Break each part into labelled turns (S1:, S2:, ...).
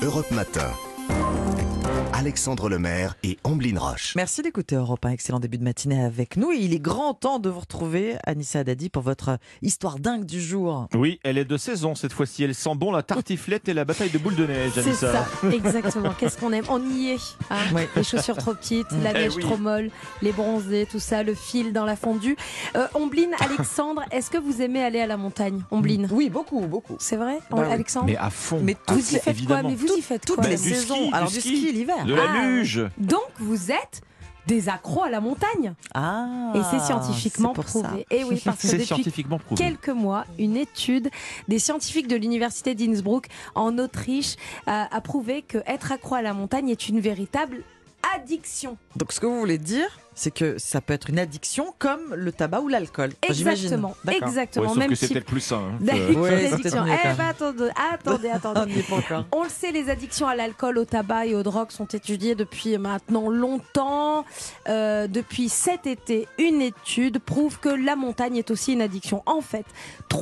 S1: Europe Matin. Alexandre Lemaire et Amblin Roche.
S2: Merci d'écouter Europe 1. Excellent début de matinée avec nous. Et il est grand temps de vous retrouver, Anissa Dadi, pour votre histoire dingue du jour.
S3: Oui, elle est de saison cette fois-ci. Elle sent bon la tartiflette et la bataille de boules de neige,
S4: C'est
S3: Anissa.
S4: ça, exactement. Qu'est-ce qu'on aime On y est. hein.
S2: Ouais.
S4: Les chaussures trop petites, la
S3: Eh
S4: neige
S3: oui.
S4: trop molle, les bronzés, tout ça, le fil dans la fondue. Euh, Ombline, Alexandre, est-ce que vous aimez aller à la montagne Ombline
S2: Oui, beaucoup, beaucoup.
S4: C'est vrai,
S2: Bah oui.
S4: Alexandre
S3: Mais à fond.
S2: Mais
S3: à
S4: Vous
S3: fond,
S4: y faites
S3: évidemment.
S4: quoi Mais vous y faites
S2: Toutes
S4: quoi
S2: les
S3: Bah, du ski,
S2: saisons.
S3: du
S2: Alors du
S3: ski.
S2: ski, l'hiver.
S3: De la
S4: Ah.
S3: luge.
S4: Donc vous êtes des accros à la montagne.
S2: Ah,
S4: Et c'est scientifiquement
S2: c'est pour ça.
S4: prouvé. Et oui, parce que
S3: C'est
S4: depuis
S3: scientifiquement prouvé.
S4: quelques mois, une étude des scientifiques de l'université d'Innsbruck en Autriche euh, a prouvé que être accro à la montagne est une véritable addiction.
S2: Donc ce que vous voulez dire, c'est que ça peut être une addiction comme le tabac ou l'alcool. Bah, J'imagine.
S4: Exactement,
S2: D'accord.
S3: Ouais,
S4: exactement.
S3: sauf
S4: même Bah,
S3: que c'est
S4: type
S3: peut-être plus sain. hein, que-
S4: d'addiction.
S2: Ouais, c'est
S4: d'addiction.
S2: peut-être mieux, quand
S4: Eh ben, attendez, attendez,
S2: On
S4: attendez.
S2: n'y est pas encore.
S4: On le sait, les addictions à l'alcool, au tabac et aux drogues sont étudiées depuis maintenant longtemps. Euh, depuis cet été, une étude prouve que la montagne est aussi une addiction. En fait,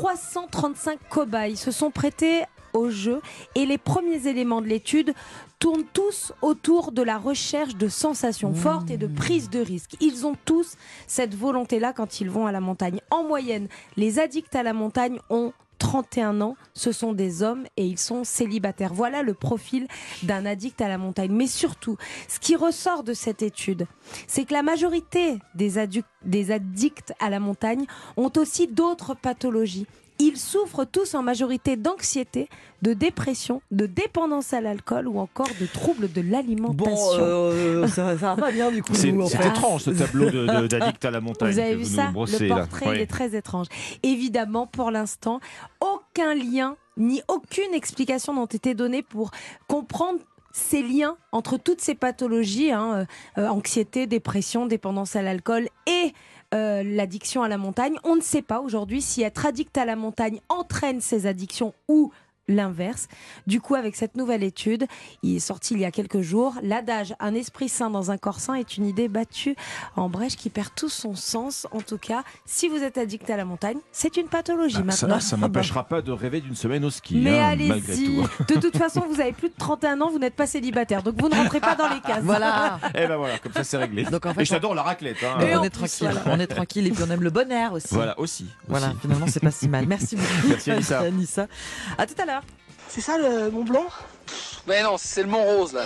S4: 335 cobayes se sont prêtés au jeu et les premiers éléments de l'étude tournent tous autour de la recherche de sensations fortes et de prise de risque. Ils ont tous cette volonté-là quand ils vont à la montagne. En moyenne, les addicts à la montagne ont 31 ans, ce sont des hommes et ils sont célibataires. Voilà le profil d'un addict à la montagne. Mais surtout, ce qui ressort de cette étude, c'est que la majorité des, adu- des addicts à la montagne ont aussi d'autres pathologies. Ils souffrent tous en majorité d'anxiété, de dépression, de dépendance à l'alcool ou encore de troubles de l'alimentation.
S2: Bon, euh, ça, ça va pas bien du coup.
S3: C'est
S2: nous, en
S3: c'est
S2: fait.
S3: étrange ce tableau de- de- d'addict à la montagne.
S4: Vous avez
S3: que
S4: vu
S3: nous
S4: ça
S3: brossez,
S4: Le
S3: là.
S4: portrait, il
S3: Ouais.
S4: est très étrange. Évidemment, pour l'instant, aucun lien ni aucune explication n'ont été données pour comprendre ces liens entre toutes ces pathologies, hein, euh, euh, anxiété, dépression, dépendance à l'alcool et euh, l'addiction à la montagne. On ne sait pas aujourd'hui si être addict à la montagne entraîne ces addictions ou l'inverse. Du coup, avec cette nouvelle étude, il est sorti il y a quelques jours, l'adage un esprit sain dans un corps sain est une idée battue en brèche qui perd tout son sens. En tout cas, si vous êtes addict à la montagne, c'est une pathologie
S3: Ah, Ça,
S4: maintenant.
S3: ça m'empêchera pas de rêver d'une semaine au ski.
S4: Mais
S3: hein, malgré
S4: allez-y.
S3: tout.
S4: De toute façon, vous avez plus de 31 ans, vous n'êtes pas célibataire, donc vous ne rentrez pas dans les cases.
S2: Voilà.
S3: Eh ben voilà, comme ça c'est réglé.
S2: Donc en
S3: Et
S2: fait, on-
S3: j'adore la raclette. hein.
S2: on,
S4: en
S2: est
S4: plus,
S2: tranquille.
S4: voilà.
S2: On est tranquille et puis on aime le bon air aussi.
S3: Voilà, aussi.
S2: Voilà,
S3: aussi.
S2: finalement, c'est pas si mal. Merci beaucoup.
S3: Merci, Anissa.
S2: Anissa. À tout à l'heure.
S5: C'est ça le Mont Blanc
S6: Mais non, c'est le Mont Rose là.